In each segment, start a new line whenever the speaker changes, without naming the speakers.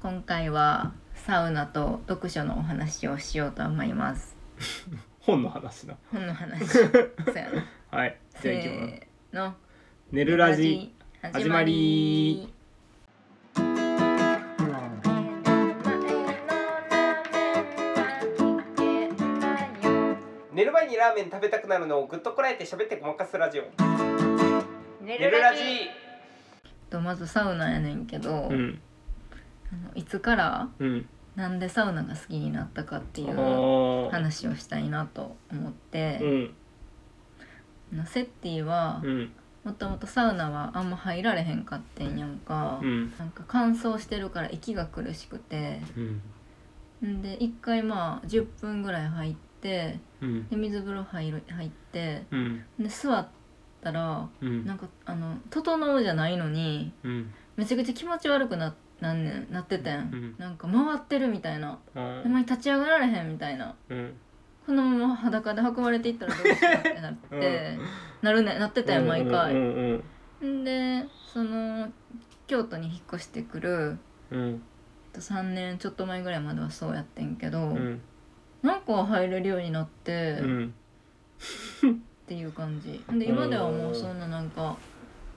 今回はサウナと読書のお話をしようと思います
本の話な
本の 話そうやな
はいじ
せ
ゃあ行きます
ーの
寝るラジ始まり寝る前にラーメン食べたくなるのをぐっとこらえて喋ってごまかすラジオ
寝るラジとまずサウナやねんけど、
うん
あのいつから
うん
なんでサウナが好きになったかって
あ
いう
ー
話をしたいなと思っ
う
て、
ん
あのセッティは
うん
もともとサウナはあんま入られへんかってんやんか、
うん
なんか乾燥してるから息が苦しくて
うん
んで一回まあ10分ぐらい入って
うん
で水風呂入る入って
うん
で座ったら
うん
なんかあの整うじゃないのに
うん
めちゃくちゃ気持ち悪くななんねんなっててん、
うん
なんか回ってるみたいな
あ
あん
ー
まり立ち上がられへんみたいな
うん
このまま裸で運ばれていったらどうしようってな って、なるねなってたよ毎
う
回。
んうん
んでその京都に引っ越してくる
うん
3年ちょっと前ぐらいまではそうやってんけど、
うん
なんか入れるようになって、
う
っ
ん
ていう感じで今ではもうそんななんか。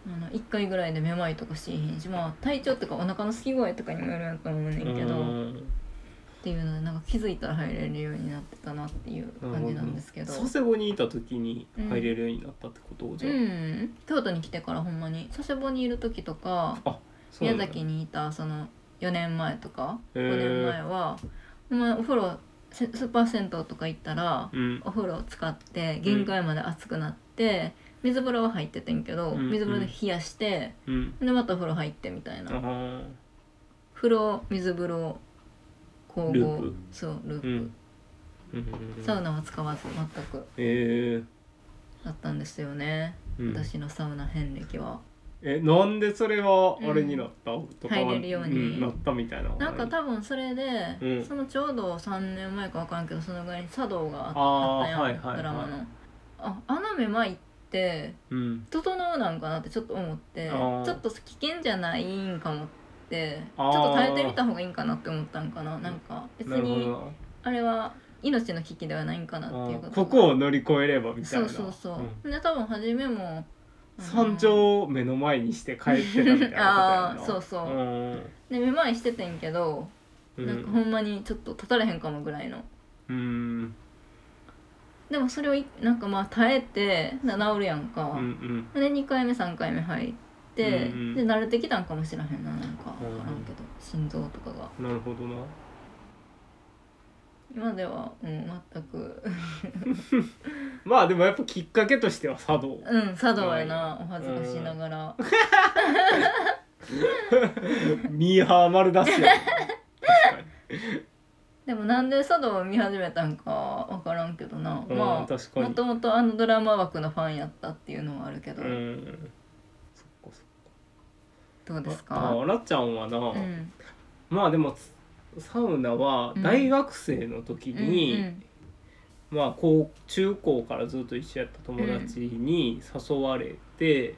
あの1回ぐらいでめまいとかしいひんしまあ体調とかお腹のすき具合とかにもよるんやと思うねんけど、
うん
っていうのでなんか気づいたら入れるようになってたなっていう感じなんですけど、
佐世保にいた時に入れるようになったってことじゃあ
うん、京都に来てからほんまに佐世保にいる時とか
そう
宮
なんだ
崎にいたその4年前とか
へー
5年前はほんまにお風呂せスーパー銭湯とか行ったら
うん
お風呂使って限界まで熱くなって、水風呂は入っててんけど、
うん
水風呂で冷やして
うん
でまたお風呂入ってみたい
あ
な、
ー
風呂水風呂交
ル
互
ープ
そうルー
う
プ、
んうんうん
サウナは使わず全く
え
だったんですよね、
えうん
私のサウナ遍歴は。
えなんでそれはあれになった、とかは
入れるように
んなったみたいな
なんか多分それで、
うん
そのちょうど3年前か分からんけどそのぐらいに茶道がああった
あー
やん、
はいはいはい
ドラマの。ああのめまいって
うん
整うなんかなってちょっと思って
あー
ちょっと危険じゃないんかもってち
あ
ょ
ー
っと耐えてみた方がいいんかなって思ったんかななんか別
なるほど
に
な
あれは命の危機ではないんかな
あ
っていうこ
ー
と
ここを乗り越えればみたい
そう
な
そうそう、
ん
で多分初めもあの
山頂を目の前にして帰ってたみたいなことやん
あ
な
ーそうそう
うん
でめまいしててんけど、
うん
なんかほんまにちょっと立たれへんかもぐらいの
うん
でもそれをいなんかまあ耐えてな治るやんか、
うんうん
で2回目3回目入って、
うんうん
で慣れてきたんかもしらへんななんか
うん
分からんけど、心臓とかが
なるほどな
今では、うん、全く
まあでもやっぱきっかけとしては 茶道
うん茶道やなお恥ずかしながら、
ミーハー丸出しやん確かに
でもなんで茶道を見始めたんか分からんけどな、
うん
ま
確
あ
かに
もともとあのドラマ枠のファンやったって いうのはあるけど、
うんそっかそっ
どうです
かあ
か
あらっちゃんはな、
うん
まあでもつサウナは大学生の時に、まあこう中高からずっと一緒やった友達に誘われて、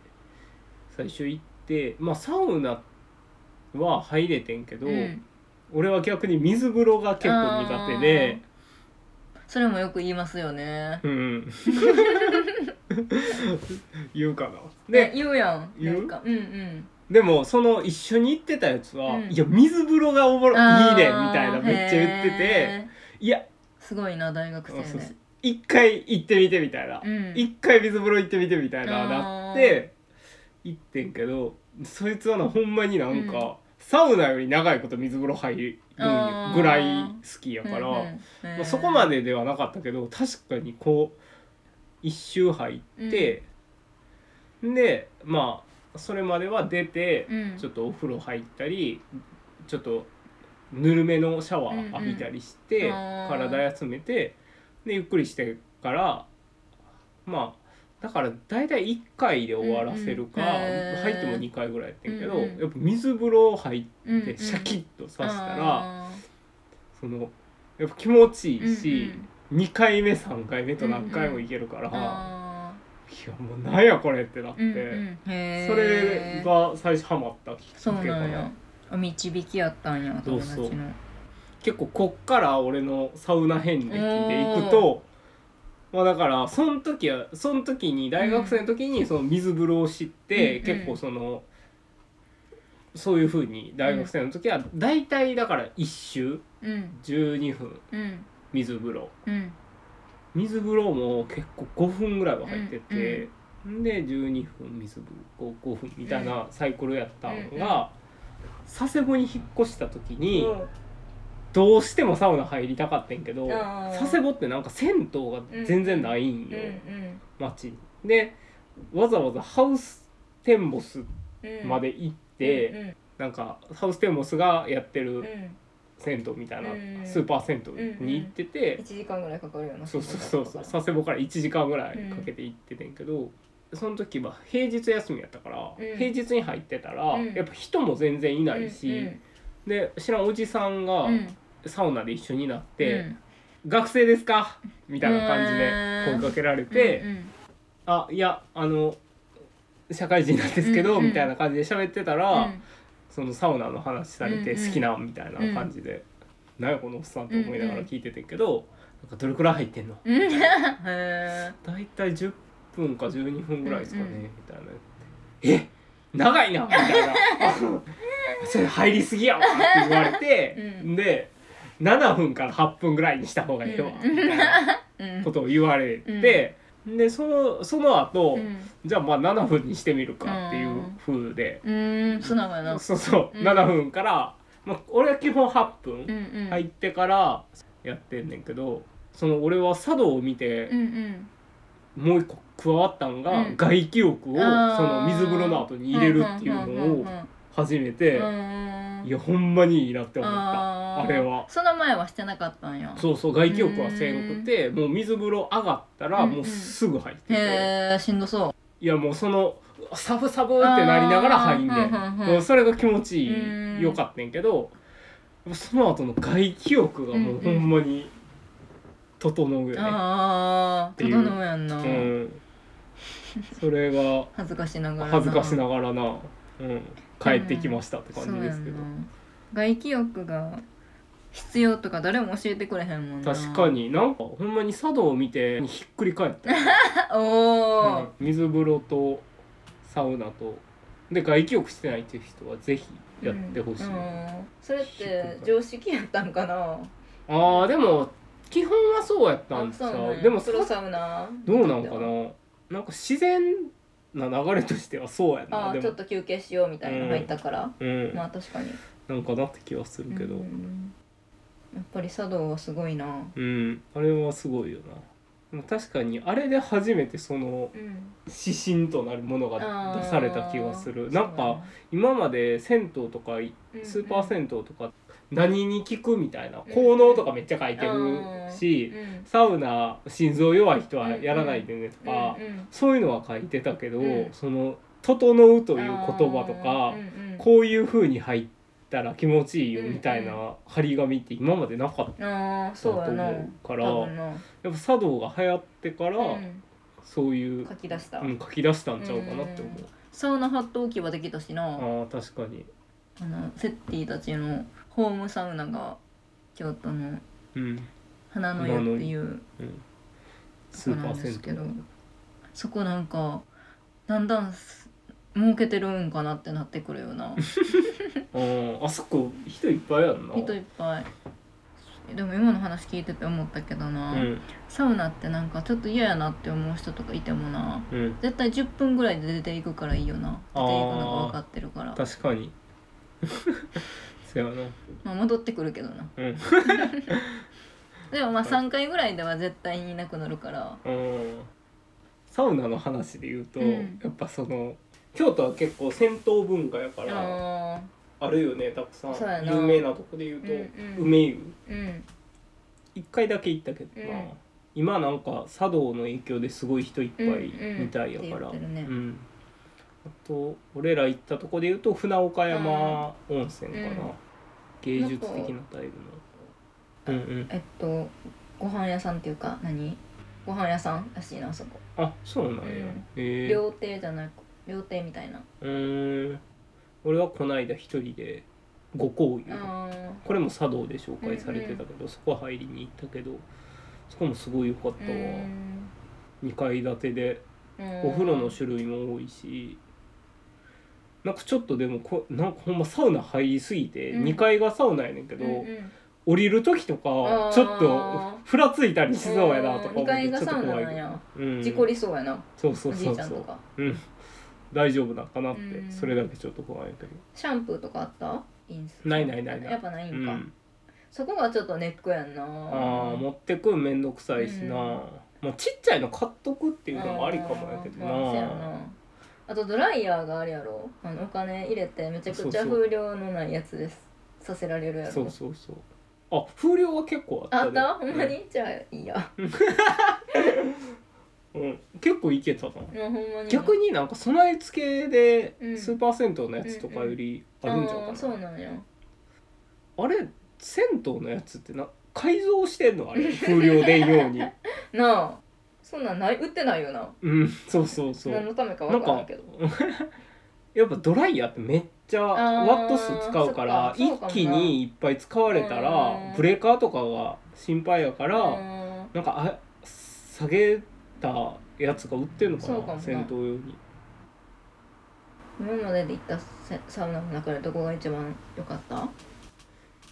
最初行ってまあサウナは入れてんけど、
うんうんうん
俺は逆に水風呂が結構苦手で、
それもよく言いますよね
うん 言うかな。
ね
で
言うやん
言う
なんかうんうん
でもその一緒に行ってたやつは「
うん
いや水風呂がおもろい
あー
いね」みたいなめっちゃ言ってて
へ
「いや
ーすごいな大学生
そうそうそ
で
う一回行ってみてみたいな、
うん
一回水風呂行ってみてみたいな
あー
なって行ってんけどそいつはなほんまになんか、サウナより長いこと水風呂入る
あー
ぐらい好きやから、まあ、そこま
で
でではなかったけど確かにこう一周入って、でまあそれまでは出て、ちょっ
と
とお風呂入ったりちょっとぬるめのシャワー浴びたりし
うんう
て、
んあー
体休めてでゆっくりしてからまあだから大体1回で終わらせるか、
うんうんへー
入っても2回ぐらいやってんけど、
うんうん
やっぱ水風呂入っ
うんうん
てシャキッとさしたら、
あ
そのやっぱ気持ちい
ー
いし、
うんうん
2回目3回目と何回もいけるから、
あ
いやもうなんやこれってなって、
ーうんうん
それ
へー
が最初ハマったきっ
そう
かけか
な
な。
んやお導きやったんや友達の
そうそう結構こっから俺のサウナ遍歴でいくとまあだからその時はその時に大学生の時にその水風呂を知って、
うん
結構そのそういうふうに大学生の時は大体だから1周
うん
12分
うん
水風呂
うん
水風呂も結構5分ぐらいは入ってて、で12分水風呂 5, 分みたいなサイクルやったんが、佐世保に引っ越した時に。どうしてもサウナ入りたかったんけど
あー
佐世保ってなんか銭湯が全然ないんよ、
うん
町に。でわざわざハウステンボス
うん
まで行って、なんかハウステンボスがやって
うんうん
る銭湯みたいな、
うん
スーパー銭湯に行ってて、
1時間ぐらいかかるような
そうそうそうそう佐世保から1時間ぐらいかけて行っててんけど、その時は平日休みやったから、
うん
平日に入ってたら、
うん
やっぱ人も全然いないし、
うん
で知らんおじさんが
うん
サウナで一緒になっ
う
て。
ん
学生ですかみたいな感じで
うん
声かけられて「
うん
あいやあの社会人なんですけど」
うんうん
みたいな感じで喋ってた
う
ら、
ん
そのサウナの話されて
うんうん
好きなんみたいな感じで「なんやこのおっさん」と思いながら聞いててんけど、なんかどれくらい入ってんの
うんへ
大体10分か12分ぐらいですかね、
うんうん
みたいな言って「え長いな」みた いな「それ入りすぎやわ」って言われて、
うん
で7分から8分ぐらいにした方がいいわ、
うん
みたいな。
えうん
ことを言われて、でそのその後、
うん
じゃあまあ7分にしてみるかっていう風で、
うーん素直やな
そうそう、
うん
7分から、まあ、俺は基本8分
うんうん
入ってからやってんねんけどその俺は茶道を見て
うんうん
もう一個加わったんが、
うん
外気浴をそ
あー
の水風呂の後に入れるっていうのを初めて、い
い
やほんまにいいなって思った。
あー
あれは
その前はしてなかったんや
そうそう外気浴はせんくてもう水風呂上がったらもうすぐ入ってて、
へえしんどそ
いやもうそのサブサブってなりながら入んね
あーうんうん
ん
うん
もうそれが気持ちい
うん
いよかったんやけどその後の外気浴がもうほんまに整う
う
よね
ああ
ていう
整うやんな
うん、それが
恥ずかしながら
恥ずかし
っ
ながらな、うん、帰ってきましたって
て
感じですけど、
外気浴が必要とか誰も教えてくれへんもんな
確かになんかほんまに茶道を見てひっくり返った、
あお
う
お
ん水風呂とサウナとで外気浴してないっていう人はぜひやってほしい、
うんそれって常識やったんかな
あーでも基本はそうやったん
あ
です
そうなんや
でも
プロサウナ
どうなんかななんか自然な流れとしてはそうやな
あ
で
ーちょっ
も
と休憩しようみたいなの入ったから
うん
まあ確かに
なんかなって気はするけど
うんやっぱり茶道はすごいな
うん、あれはすごいよなでも確かにあれで初めてその
うん
指針となるものが出された気がする
あー
なんか今まで銭湯とかい
そうやな
スーパー銭湯とか何に効くみたいな
うん
効能とかめっちゃ書いてる
う
し
んうん
サウナ心臓弱い人はやらないでねと
うん
か
うんうん
そういうのは書いてたけど、
うん
その「整う」という言葉と
あ
か、
ーうんうん
こういう風に入ったら気持ちいいよみたいな張り紙って今までなかった
あー
と
そう
思
やな
うから
多分な
やっぱ茶道が流行ってから、
うん
そういう
書き出した
うん書き出したんちゃうかなって思う。
サウナハット置き場できたしな
あー確かに、
あのセッティたちのホームサウナが京都の
うん
花の湯っていう
うん、ス
そう
ー
なん
パー
ですけ
銭
どそこなんかだんだんす儲けてるんかなってなってくるよ な
湯あーあそこ人いっぱいあるな。
人いっぱいでも今の話聞いてて思ったけど
う
な、
ん
サウナってなんかちょっと嫌やなって思う人とかいてもな
うん、
絶対10分ぐらいで出ていくからいいよな出
あ
て
ー
いくのが分かってるから
確かに せやな、
まあ戻ってくるけどな
うん
でもまあ3回ぐらいでは絶対にいなくなるから
うんサウナの話で言うと、
うん
やっぱその京都は結構銭湯文化やか
あ
ら
ー
あるよねたくさん
そうやな
有名なとこで言うと、
うんうん
梅湯
うん
一回だけ行ったけどな、
うん
今なんか茶道の影響ですごい人いっぱいみたいやから、
うんうんって言って
う
るね
んあと俺ら行ったとこで言うと船岡山温泉かな、
うん
芸術的なタイプの、うんうん、
えっとご飯屋さんっていうか何ご飯屋さんらしいなあそこ
あそうなんや、
うん
へえ
料亭じゃなく料亭みたいな
うーん俺はこないだ一人でご交友
あー
これも茶道で紹介されてたけど、そこ入りに行ったけどそこもすごい良かったわ、
うん
2階建てで
うん
お風呂の種類も多いしなんかちょっとでもこなんかほんまサウナ入りすぎて、
うん
2階がサウナやねんけど、
うんうん
降りる時とか
ー
ちょっとふらついたりしそうやなとか思
二
って
階
ちょ
が
っと
サウナな
怖
いん
けど
や、
うん
事故りそうやな
そうそ
お
う
じ
そ
いうちゃん
そ
と
う
か
うん大丈夫なんかなって、
うん
それだけちょっと怖いけど
シャンプーとかあったインス
ないないないない
やっぱないんか、
うん
そこがちょっとネックやんな
ああ持ってくんめんどくさいし
う
な、
ん
まあ、ちっちゃいの買っとくっていうのもありかもやけど
あーまあそうや
な
なあとドライヤーがあるやろあのお金入れてめちゃくちゃ風量のないやつですさせられるやろ
そうそうそうあ風量は結構あ
あ
っ
ったたほんまにじゃあいいや
うん、うん結構いけたな
もうほんまに
逆
に
になんか備え付けで
うん
スーパー銭湯のやつとかよりあるんじゃうかな、
そうなんや
あれ銭湯のやつってな改造してんのあれ風量でんように
なあそんなんない売ってないよな
うんそうそうそう
何のためか
な
わ
ん
からん
か
けど
やっぱドライヤーってめっちゃ
あー
ワット数使うから
そっかそ
一
うかもな
気にいっぱい使われた
う
ら
ん
ブレーカーとかが心配やから、
うーん
なんかあ下げたやつが売ってるのか
そうかも
な
な
銭湯用に
今までで行ったササウナの中でどこが一番良かった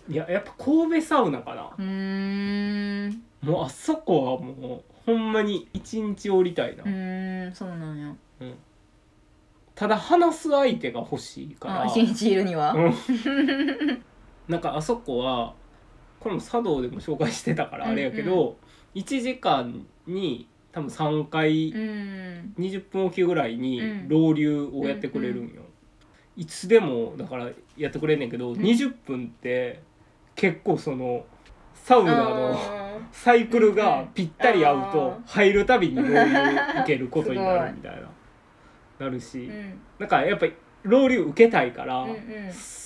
いややっぱ神戸サウナかな
うーんう
もうあそこはもうほんまに一日降りたいな、
ーんそうなんや
ただ話す相手が欲しいから
あ一日いるには
うんなんかあそこはこれも茶道でも紹介してたからあれやけど、1時間に多分3回、
うん
20分おきぐらいに
うん
老流をやってくれるんよ、いつでもだからやってくれんねんけ
ん
ど、20分って結構そのサウナの
あ
サイクルがぴったり合う
うん
と
あー
入るたびに老流受けることになるみたい ななるし、
ーうん
なんかやっぱり老流受けたいから。
うんうん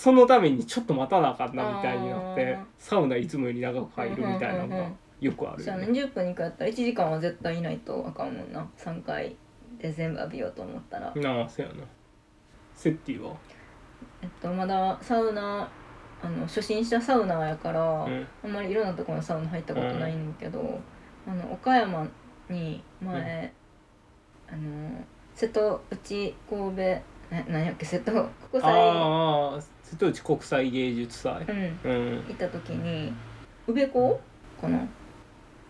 そのためにちょっと待たなあかんなみたいになって
あー
サウナいつもより長く入るみたいなのがよくある
そう
よ
やね
ね。
20分に回やったら1時間は絶対いないとあかんもんな3回で全部浴びようと思ったら
なあそうやな。セッティは、
えっとまだサウナあの初心者サウナーやから、
うん
あんまりいろんなところのサウナ入ったことないんだけど、あの岡山に前、あの瀬戸内神戸な何やっけ瀬戸国際
ああ瀬戸内国際芸術祭
う。ん
うん。
行った時に宇部港かな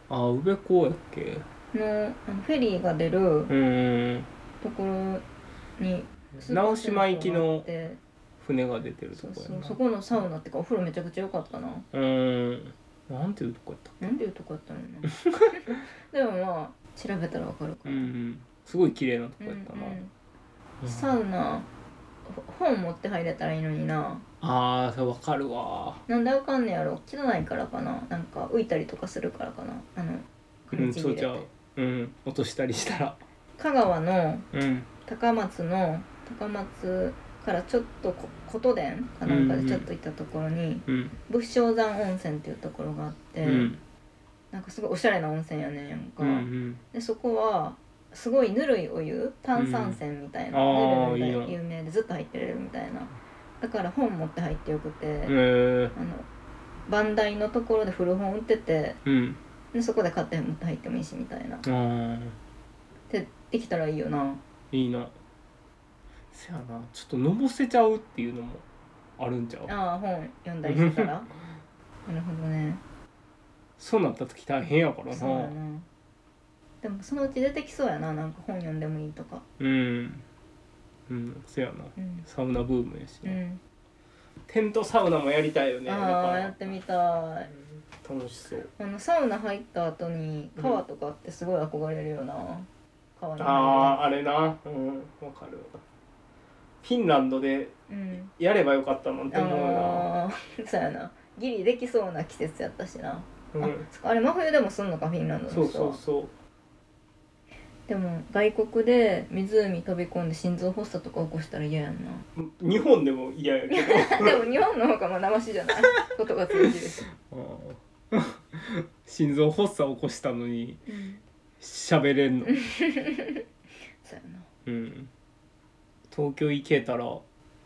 ああ宇部港やっけ。
のあのフェリーが出る
うん。
ところに
直島行きの
スーパー銭湯があって
船が出てると
そう
こ
そうそ
や
このサウナってかお風呂めちゃくちゃ良かったな
な。うん。なんていうとこやったっ
なんでいうとこやった のなでもまあ調べたらわかるか
け。
ら、
うんうん。すごい綺麗なとこやったな。
うんうん
う
んサウナほ本持って入れたらいいのにな
ああそれわかるわ。
なんであかんねやろ汚いからかななんか浮いたりとかするからかなあの
うん
口
そ
に入れ
うじ
て
ゃう。うん落としたりしたら。
香川の
うん。
高松の高松からちょっとこ琴殿かなんかでちょっと行ったところに、
うん。
仏性山温泉っていうところがあって、
うん。
なんかすごいおしゃれな温泉やねんやんか、
うんうん。
でそこはすごいぬるいお湯炭酸泉みたいな、
うんあー
ぬるいお湯
いい
が
な
有名でずっと入ってれるみたいなだから本持って入ってよくて、
へえ
あのバンダイのところで古本売ってて
うん
でそこで買って持って入ってもいいしみたいな
あー
でできたらいいよない
いなせやなちょっとのぼせちゃうっていうのもあるんちゃう
ああ本読んだりしてた らなるほどね
そうなった時大変やからな
そうやなでもそのうち出てきそうやななんか本読んでもいいとか
うんうんせやな
うん、
サウナブームやし
う
な、
ん
テントサウナもやりたいよねだ
ああや
か
ってみたい
ら楽しそう
あのサウナ入った後に川とかってすごい憧れるよな、川に
あ
入
ああれなうんわかるフィンランドで
るうん
やればよかったなんて思うな
ああー そうやなギリできそうな季節やったしな、
う
あ
ん、
そっかあれ真冬でもすんのかフィンランドの人
そ
は
うそうそう
でも外国で湖飛び込んで心臓発作とか起こしたら嫌やんな
日本でも嫌やけど
でも日本の方がまだマシじゃない ことが通じるし、
うん 心臓発作起こしたのに喋れんの、
そうやな
うん、東京行けたら行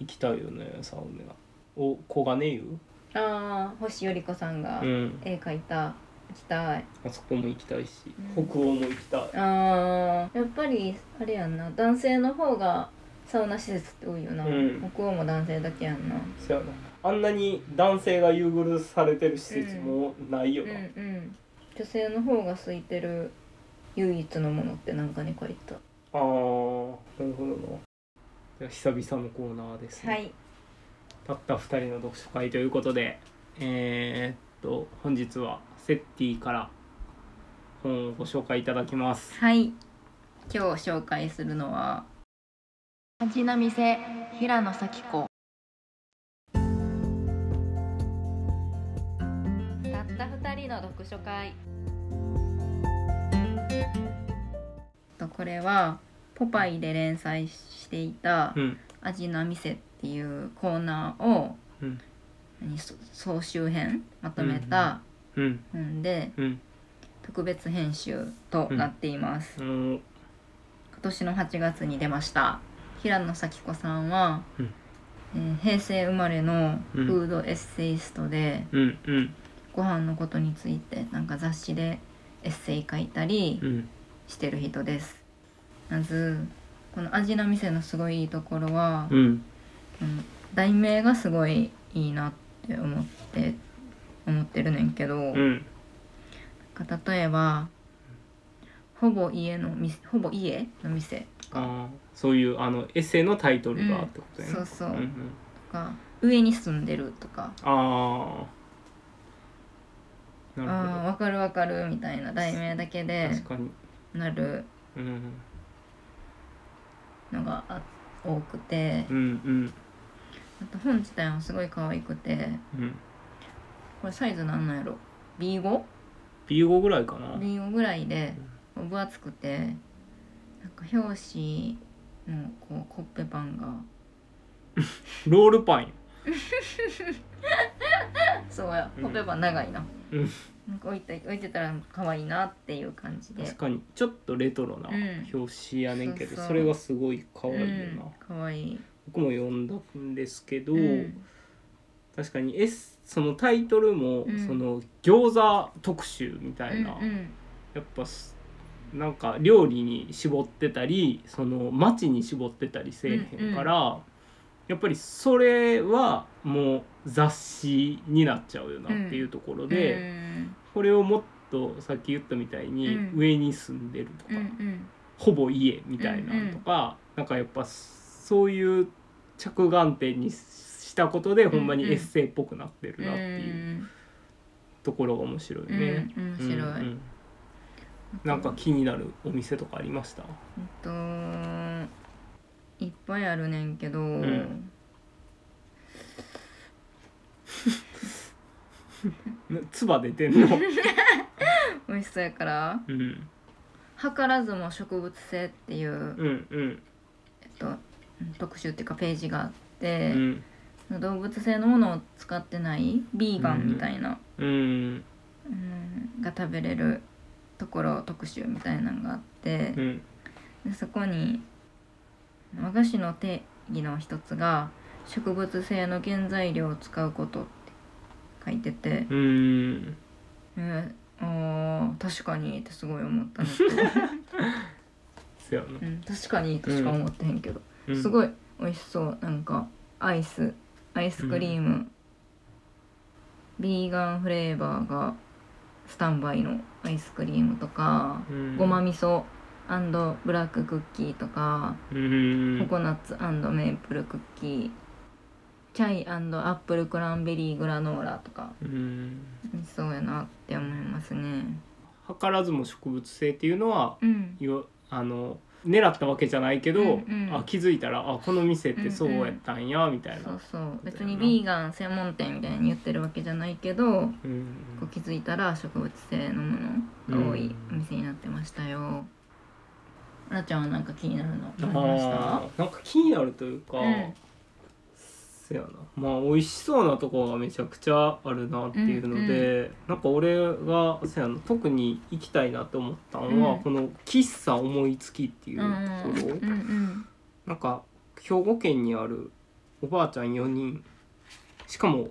きたいよねサウナお黄金湯、
ああ星より子さんが
うん、
絵描いた行きたい
あそこも行きたいし、
うん
北欧も行きたい
あーやっぱりあれやんな男性の方がサウナ施設って多いよな、
うん
北欧も男性だけやんな
そうやなあんなに男性が優遇されてる施設もないよ
うん
な、
うん女性の方が空いてる唯一のものってなんかに書いた
あーなるほどなでは久々のコーナーですね、
はい
たった2人の読書会ということでえーっと本日はセッティから本をご紹介いただきます
はい今日紹介するのは
町の店平野咲子
たった二人の読書会とこれはポパイで連載していた
うん
「味な店」っていうコーナーを、
うん
何そ総集編まとめた
うん
んで、
うん
特別編集となっています、
うん
今年の8月に出ました平野咲子さんは、
うん
えー平成生まれの
うん
フードエッセイストで、
うんうん
ご飯のことについてなんか雑誌でエッセイ書いたり
うん
してる人です。まずこの味の店のすごいいいところは、
うん
うん題名がすごいいいなって思って思ってるねんけど、
うん
なんか例えば「ほぼ家の店ほぼ家の店」とか
あーそういうあのエッセイのタイトルがってことね、
そうそう
うんうん、
とか「上に住んでる」とか
あ
「
あ
ああ
なる
わかるわかる」みたいな題名だけ
ほど
で
確かに
なる
うん
のがあ多くて
うんうん
あと本自体もすごい可愛くて
うん
これサイズなんなんやろ B5?B5
B5 ぐらいかな
ぐらいで分厚くてなんか表紙のこうコッペパンが
ロールパンや
そうや
うん
コッペパン長いな,、
うん
なんか置いて置いてたら可愛いなっていう感じで
確かにちょっとレトロな
うん
表紙やねんけど、
そうそう
それがすごい可愛いよ
う
な、
ん、可愛い
僕も読んだんですけど、
うん
確かに、S、そのタイトルも、
うん
その餃子特集みたいな、
うんうん
やっぱすなんか料理に絞ってたりその町に絞ってたりせえへんから、やっぱりそれはもう雑誌になっちゃうよなっていうところで、
うん
これをもっとさっき言ったみたいに、
うん
上に住んでるとか、
うんうん
ほぼ家みたいなのとか、なんかやっぱそういう着眼点にしたこと
ん
で、
うん
ほんまにエッセイっぽくなってるなっていう
うん
ところが面白い
うん
ね。
面白い、
うんうんなんか気になるお店とかありました
うんといっぱいあるねんけど、
んな唾出てん の
美味しそうやから
うん
図らずも植物性っていう、
うんうん
えっと、うん特集っていうかページがあっ
う
て、
ん
動物性のものを使ってないビーガンみたいな、
う
う
ん
んが食べれるところ特集みたいなのがあって
う、ん
でそこに和菓子の定義の一つが植物性の原材料を使うことって書いてて、
うん
うん、あー確かにってすごい思 ったんですけど、
そやな
うん、確かにとしか思ってへんけど。
うん
すごい美味しそうなんかアイスアイスクリーム、ビーガンフレーバーがスタンバイのアイスクリームとか、
うん
ごま味噌ブラッククッキーとか、
うん
ココナッツメープルクッキーチャイアップルクランベリーグラノーラとか
うん
美味しそうやなって思いますね。
図らずも植物性っていうのは
うん、
よあの狙ったわけじゃないけど、
うんうん
あ気づいたらあこの店ってそうやったんや、みたい
そう
な、
そう別にビーガン専門店みたいに言ってるわけじゃないけど
うん
こう気づいたら植物性のものが多い
うん
お店になってましたよ。あらちゃんはなんか気になるのありました
あーなんか気になるというか、
うん
そやなまあ美味しそうなとこがめちゃくちゃあるなっていうので、なんか俺がそやな特に行きたいなって思ったのは、
うん
この「喫茶思いつき」っていう
う
と
んうん
こ
う
ろ、
ん
なんか兵庫県にあるおばあちゃん4人しかも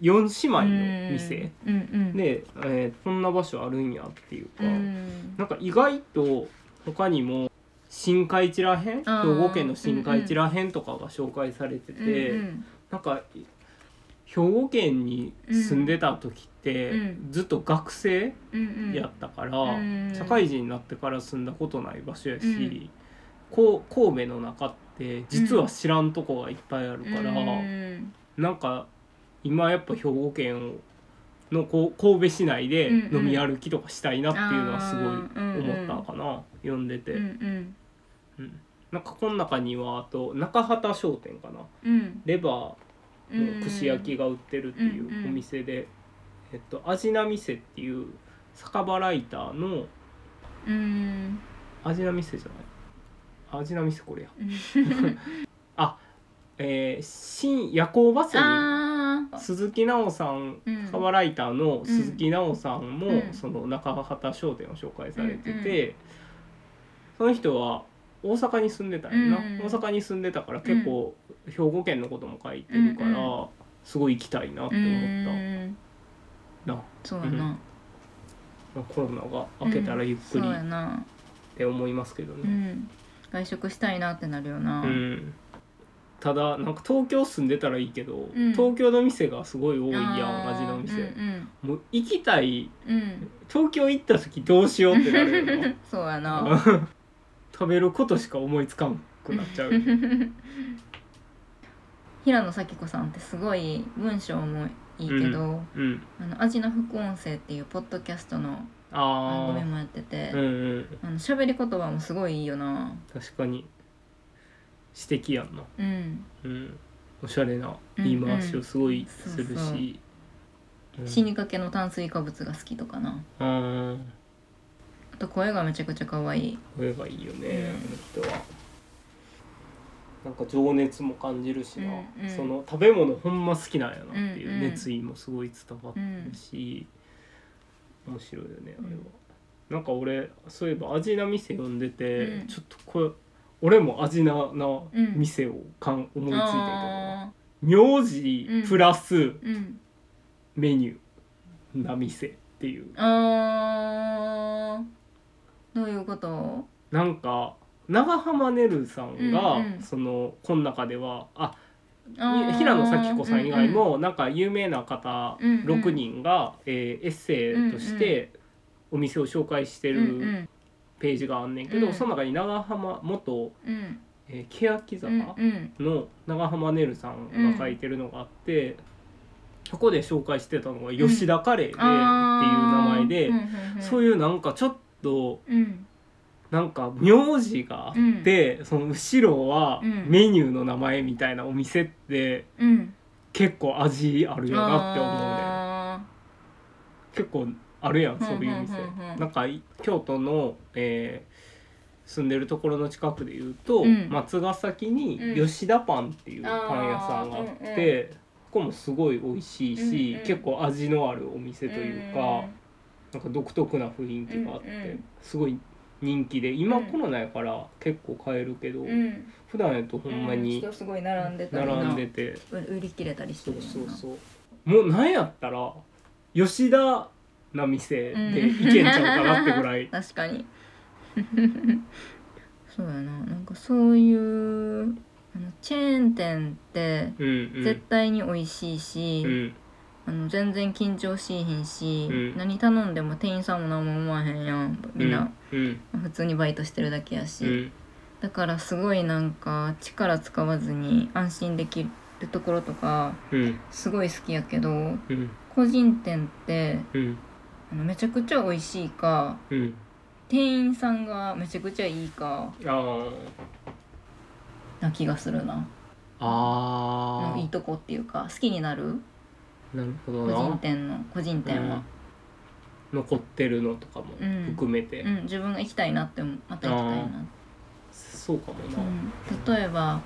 4姉妹の店、
うんうん
で、えーこんな場所あるんやっていうか、
うん
なんか意外と他にも新海地らへん兵
あー
庫県の新海地らへんとかが紹介されてて、
うん
なんか兵庫県に住んでた時って、
うん
ずっと学生
うんうん
やったから、
うん
社会人になってから住んだことない場所やし、
うん
こう神戸の中って実は知らんとこがいっぱいあるから、
うん
なんか今やっぱ兵庫県をのこう神戸市内で飲み歩きとかしたいなっていうのはすごい思ったかな、読んでて、
うんうん
うんなんかこの中にはあと中畑商店かな
うん
レバ
う
ー
ん
の串焼きが売ってるっていう
うんうん
お店で、えっと味な店っていう酒場ライターの
うん
味な店じゃない味な店これや えー、新夜行バスに
ああ
鈴木奈緒さん、
うん
カバライターの鈴木奈緒さんも、
うん
その中畑商店を紹介されてて、その人は大阪に住んでたんやな、
うん
大阪に住んでたから結構兵庫県のことも書いてるから、
う
すごい行きたいなって
う
思っ
ん
たな、
そうやな
コロナが明けたらゆっく
そ
り
う
っ
やな
て思いますけど
う
ね、
ん外食したいなってなるよな
うんただなんか東京住んでたらいいけど、
ん
東京の店がすごい多いやん
あー
味の店、
うん
もう行きたい
うん うん
東京行った時どうしようってなるよな
そうやな
食べることしか思いつかんくなっちゃう
平野咲子さんってすごい文章もいいけど
うん
「あの味の副音声」っていうポッドキャストの番組
あ
もやってて
あうんうん
あの喋り言葉もすごいいいよな
確かに指摘やんな
うん
うんおしゃれな言い回しをすごいするしうん
死にかけの炭水化物が好きとかな
あー
あと声がめちゃくちゃ可愛い
声がいいよね
う
あの人はなんか情熱も感じるしな
うんうん
その食べ物ほんま好きなんやなってい
うん
う
うん
熱意もすごい伝わってるし面白いよねあれは
う。
なんか俺そういえば味な店呼んでて、
うん
ちょっとこれ俺も味なな
うん
店をかん、思いついてんけどな
あ
名字プラス
ーうん
メニューな店っていう
あーどういうこと
なんか長浜ねるさんが、
うんうん
そのこの中ではあ
あー
平野咲子さん以外もなんか有名な方
うんうん
6人が、えーエッセイとしてお店を紹介して
うんうん
るページがあんねんけど、
うん
その中に長浜元、
うんうん
えー、欅坂、
うん
の長浜ねるさんが書いてるのがあって、そこで紹介してたのが「吉田カレーで」っていう名前で、そう
いう
いうなんかちょっと
うん
なんか名字があって、その後ろは
うん
メニューの名前みたいなお店って
うん
結構味あるよなって思うね
あ
結構あるやんそういう店
うんうんうんうん
なんかい京都の、えー住んでるところの近くで言うと、
うん
松ヶ崎に
うん
吉田パンっていうパン屋さんがあって、ここもすごい美味しいし、
うんうん
結構味のあるお店
ー
というか、なんか独特な雰囲気があって、
うんうん
すごい人気で今
うん
コロナやから結構買えるけど、
うんうん
普段やとほんまに
人すごい並んでたりな
並んでて、
売売り切れたりして
そう
るよな
そうそうもうなんやったら吉田な店で行けんちゃうかなってぐらい。
確かにそうやななんかそういうあのチェーン店って
うんうん
絶対に美味しいし、
うん
あの全然緊張しいひんし、
うん
何頼んでも店員さんも何も思わへんやんみんな、
うん
普通にバイトしてるだけやし、
うん
だからすごいなんか力使わずに安心できるところとか
うん
すごい好きやけど
うん
個人店って
うん
あのめちゃくちゃ美味しいか
うん
店員さんがめちゃくちゃいいか
あー
な気がするな
あ
いいとこっていうか好きになる
ーなるほど
個人
な
店の個人店は、
うん残ってるのとかも
うん
含めて、
うん、自分が行きたいなって思うまた行きたいな
そうかもな、
うん、例えば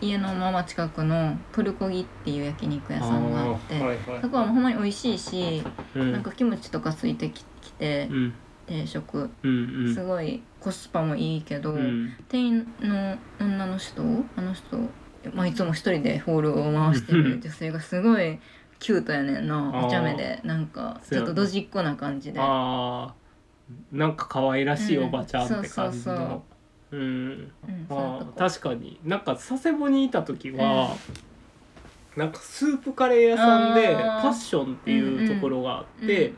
い家のまま近くのプルコギっていう焼肉屋さんがあって
ーはいはい
そこはもうほんまに美味しいし、
うん
なんかキムチとかついてききて
うん
定食
うんうん
すごいコスパもいいけど、
うん
店員の女の人あの人まあ、いつも一人でホールを回してる女性がすごいキュートやねん
あー
なお茶目でなんか
そう
ち
や
ょっと
な
ドジっ子な感じで
あーなんか可愛らしいおばちゃんって感じ
うんそうそう
のうん
うんそういう
あ
と
ー
こ
確かになんか佐世保にいた時は、なんかスープカレー屋さんで
あー
パッションっていうところがあって、
うん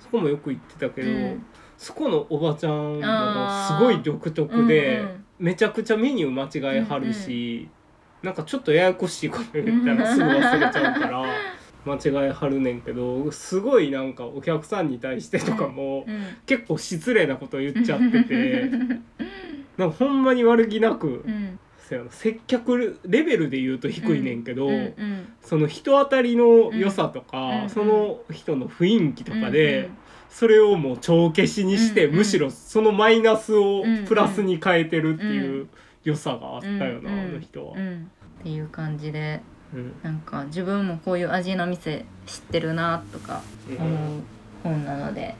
そこもよく行ってたけど、
うん
そこのおばちゃんも
あ
す
ー
ごい独特で、
うんうん
めちゃくちゃメニュー間違えはるし、なんかちょっとややこしいこと言ったらすぐ忘れちゃうから。 間違えはるねんけどすごいなんかお客さんに対してとかも
うん
結構失礼なこと言っちゃっててなんかほんまに悪気なく
うん
そうやな接客レベルで言うと低いねんけど、
うんうん
その人当たりの良さと
うん
か、
うん
その人の雰囲気とかで、
うん
それをもう帳消しにして、
うんうん
むしろそのマイナスを
うんうん
プラスに変えてるっていうう良さがあったよな、
うんうん
あの人は
う。んっていう感じで
うん
なんか自分もこういう味の店知ってるなとか思う本なので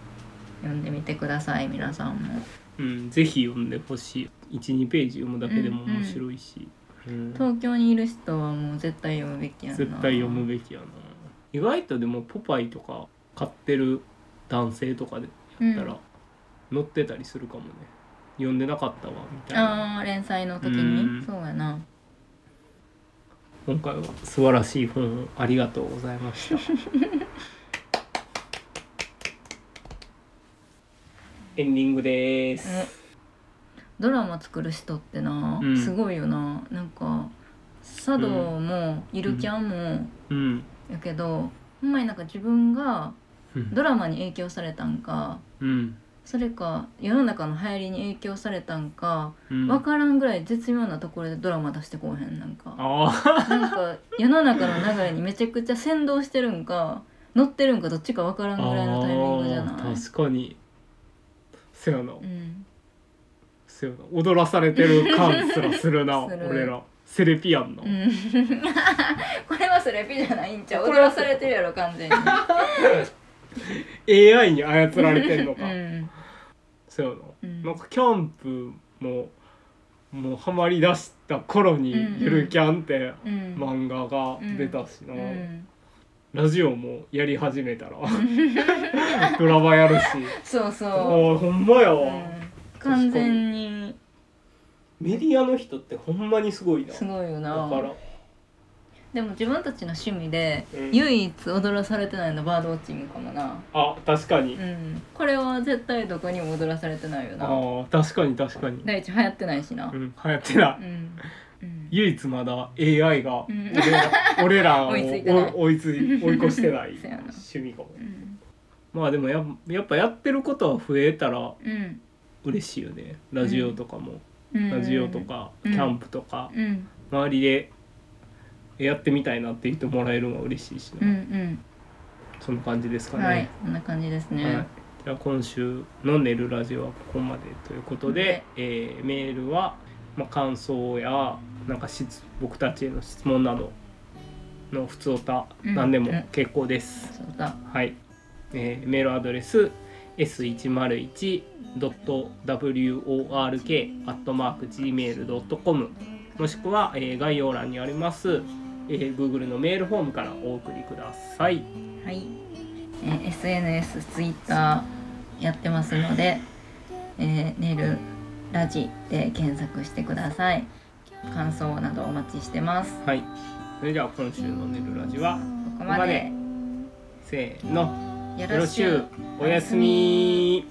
読んでみてください皆さんも。
うんぜひ読んでほしい12ページ読むだけでも面白いし、うん
東京にいる人はもう絶対読むべきやな
絶対読むべきやな意外とでも「ポパイ」とか買ってる男性とかでやった
うん
ら載ってたりするかもね読んでなかったわみたいな
ああ連載の時
うん
にそうやな
今回は素晴らしい本をありがとうござい ましたエンディングです
ドラマ作る人ってな、
うん
すごいよななんか茶道もゆるキャンも
うん
やけど、ほんまになんか自分が
うん
ドラマに影響されたんか
うん
それか世の中の流行りに影響されたんか
うん
分からんぐらい絶妙なところでドラマ出してこうへんなんか
ああ
なんか世の中の流れにめちゃくちゃ先導してるんか乗ってるんかどっちか分からんぐらいのタイミングじゃない
あー確かにせやな、
うん
せやな踊らされてる感すらするな
する
俺らセレピアンの、
うん これはそれピじゃないんちゃう
こ
踊
れは
らされてるやろ完全に
AI に操られてんのか、
うん
そうや
う
な,、
ん
なんかキャンプももうハマりだした頃に
うんうん
「ゆるキャン」って
うん
漫画が出たしな、
うん
ラジオもやり始めた らドラマやるし
そう
あ
そ
ーほんまや
う、う
わ、
ん、完全に
メディアの人ってほんまにすごいな
すごいよ
だ
な
から
でも自分たちの趣味で
うん
唯一踊らされてないのバードウォッチングかもな
あ確かに、
うんこれは絶対どこにも踊らされてないよ
あ
な
ー確かに確かに
第一流行ってないしな
うん、流行ってない、
うんうん
唯一まだ AI が
うん
俺ら,、俺らを
追いついてない
お追いつい追い越してな い
そうやな
趣味かも
うん
まあでもややっぱやってることは増えたら
うん
嬉しいよねラジオとかも、
うん
ラジオとか、
うん
キャンプとか、
うん
周りでやってみたいなって言ってもらえるのは嬉しいし
うん
な、
うん
そんな感じですかね、
はいこんな感じです
はい
ね
じゃあ今週の「寝るラジオ」はここまでということで、えーメールは、まあ、感想やなんか質僕たちへの質問などの普通歌
うん
何でも結構です、
そうだ
はい、えーメールアドレス s101.work.gmail.com もしくは、えー概要欄にあります、えー Google のメールフォームからお送りください
はい、えー SNS、ツイッターやってますので、えー、ネルラジで検索してください。感想などお待ちしてます。
はいそれでは今週の「寝るラジオ」は
ここまで
せーの
よ
よろ
ろ
し
し
ゅう
ゅう。
おやすみ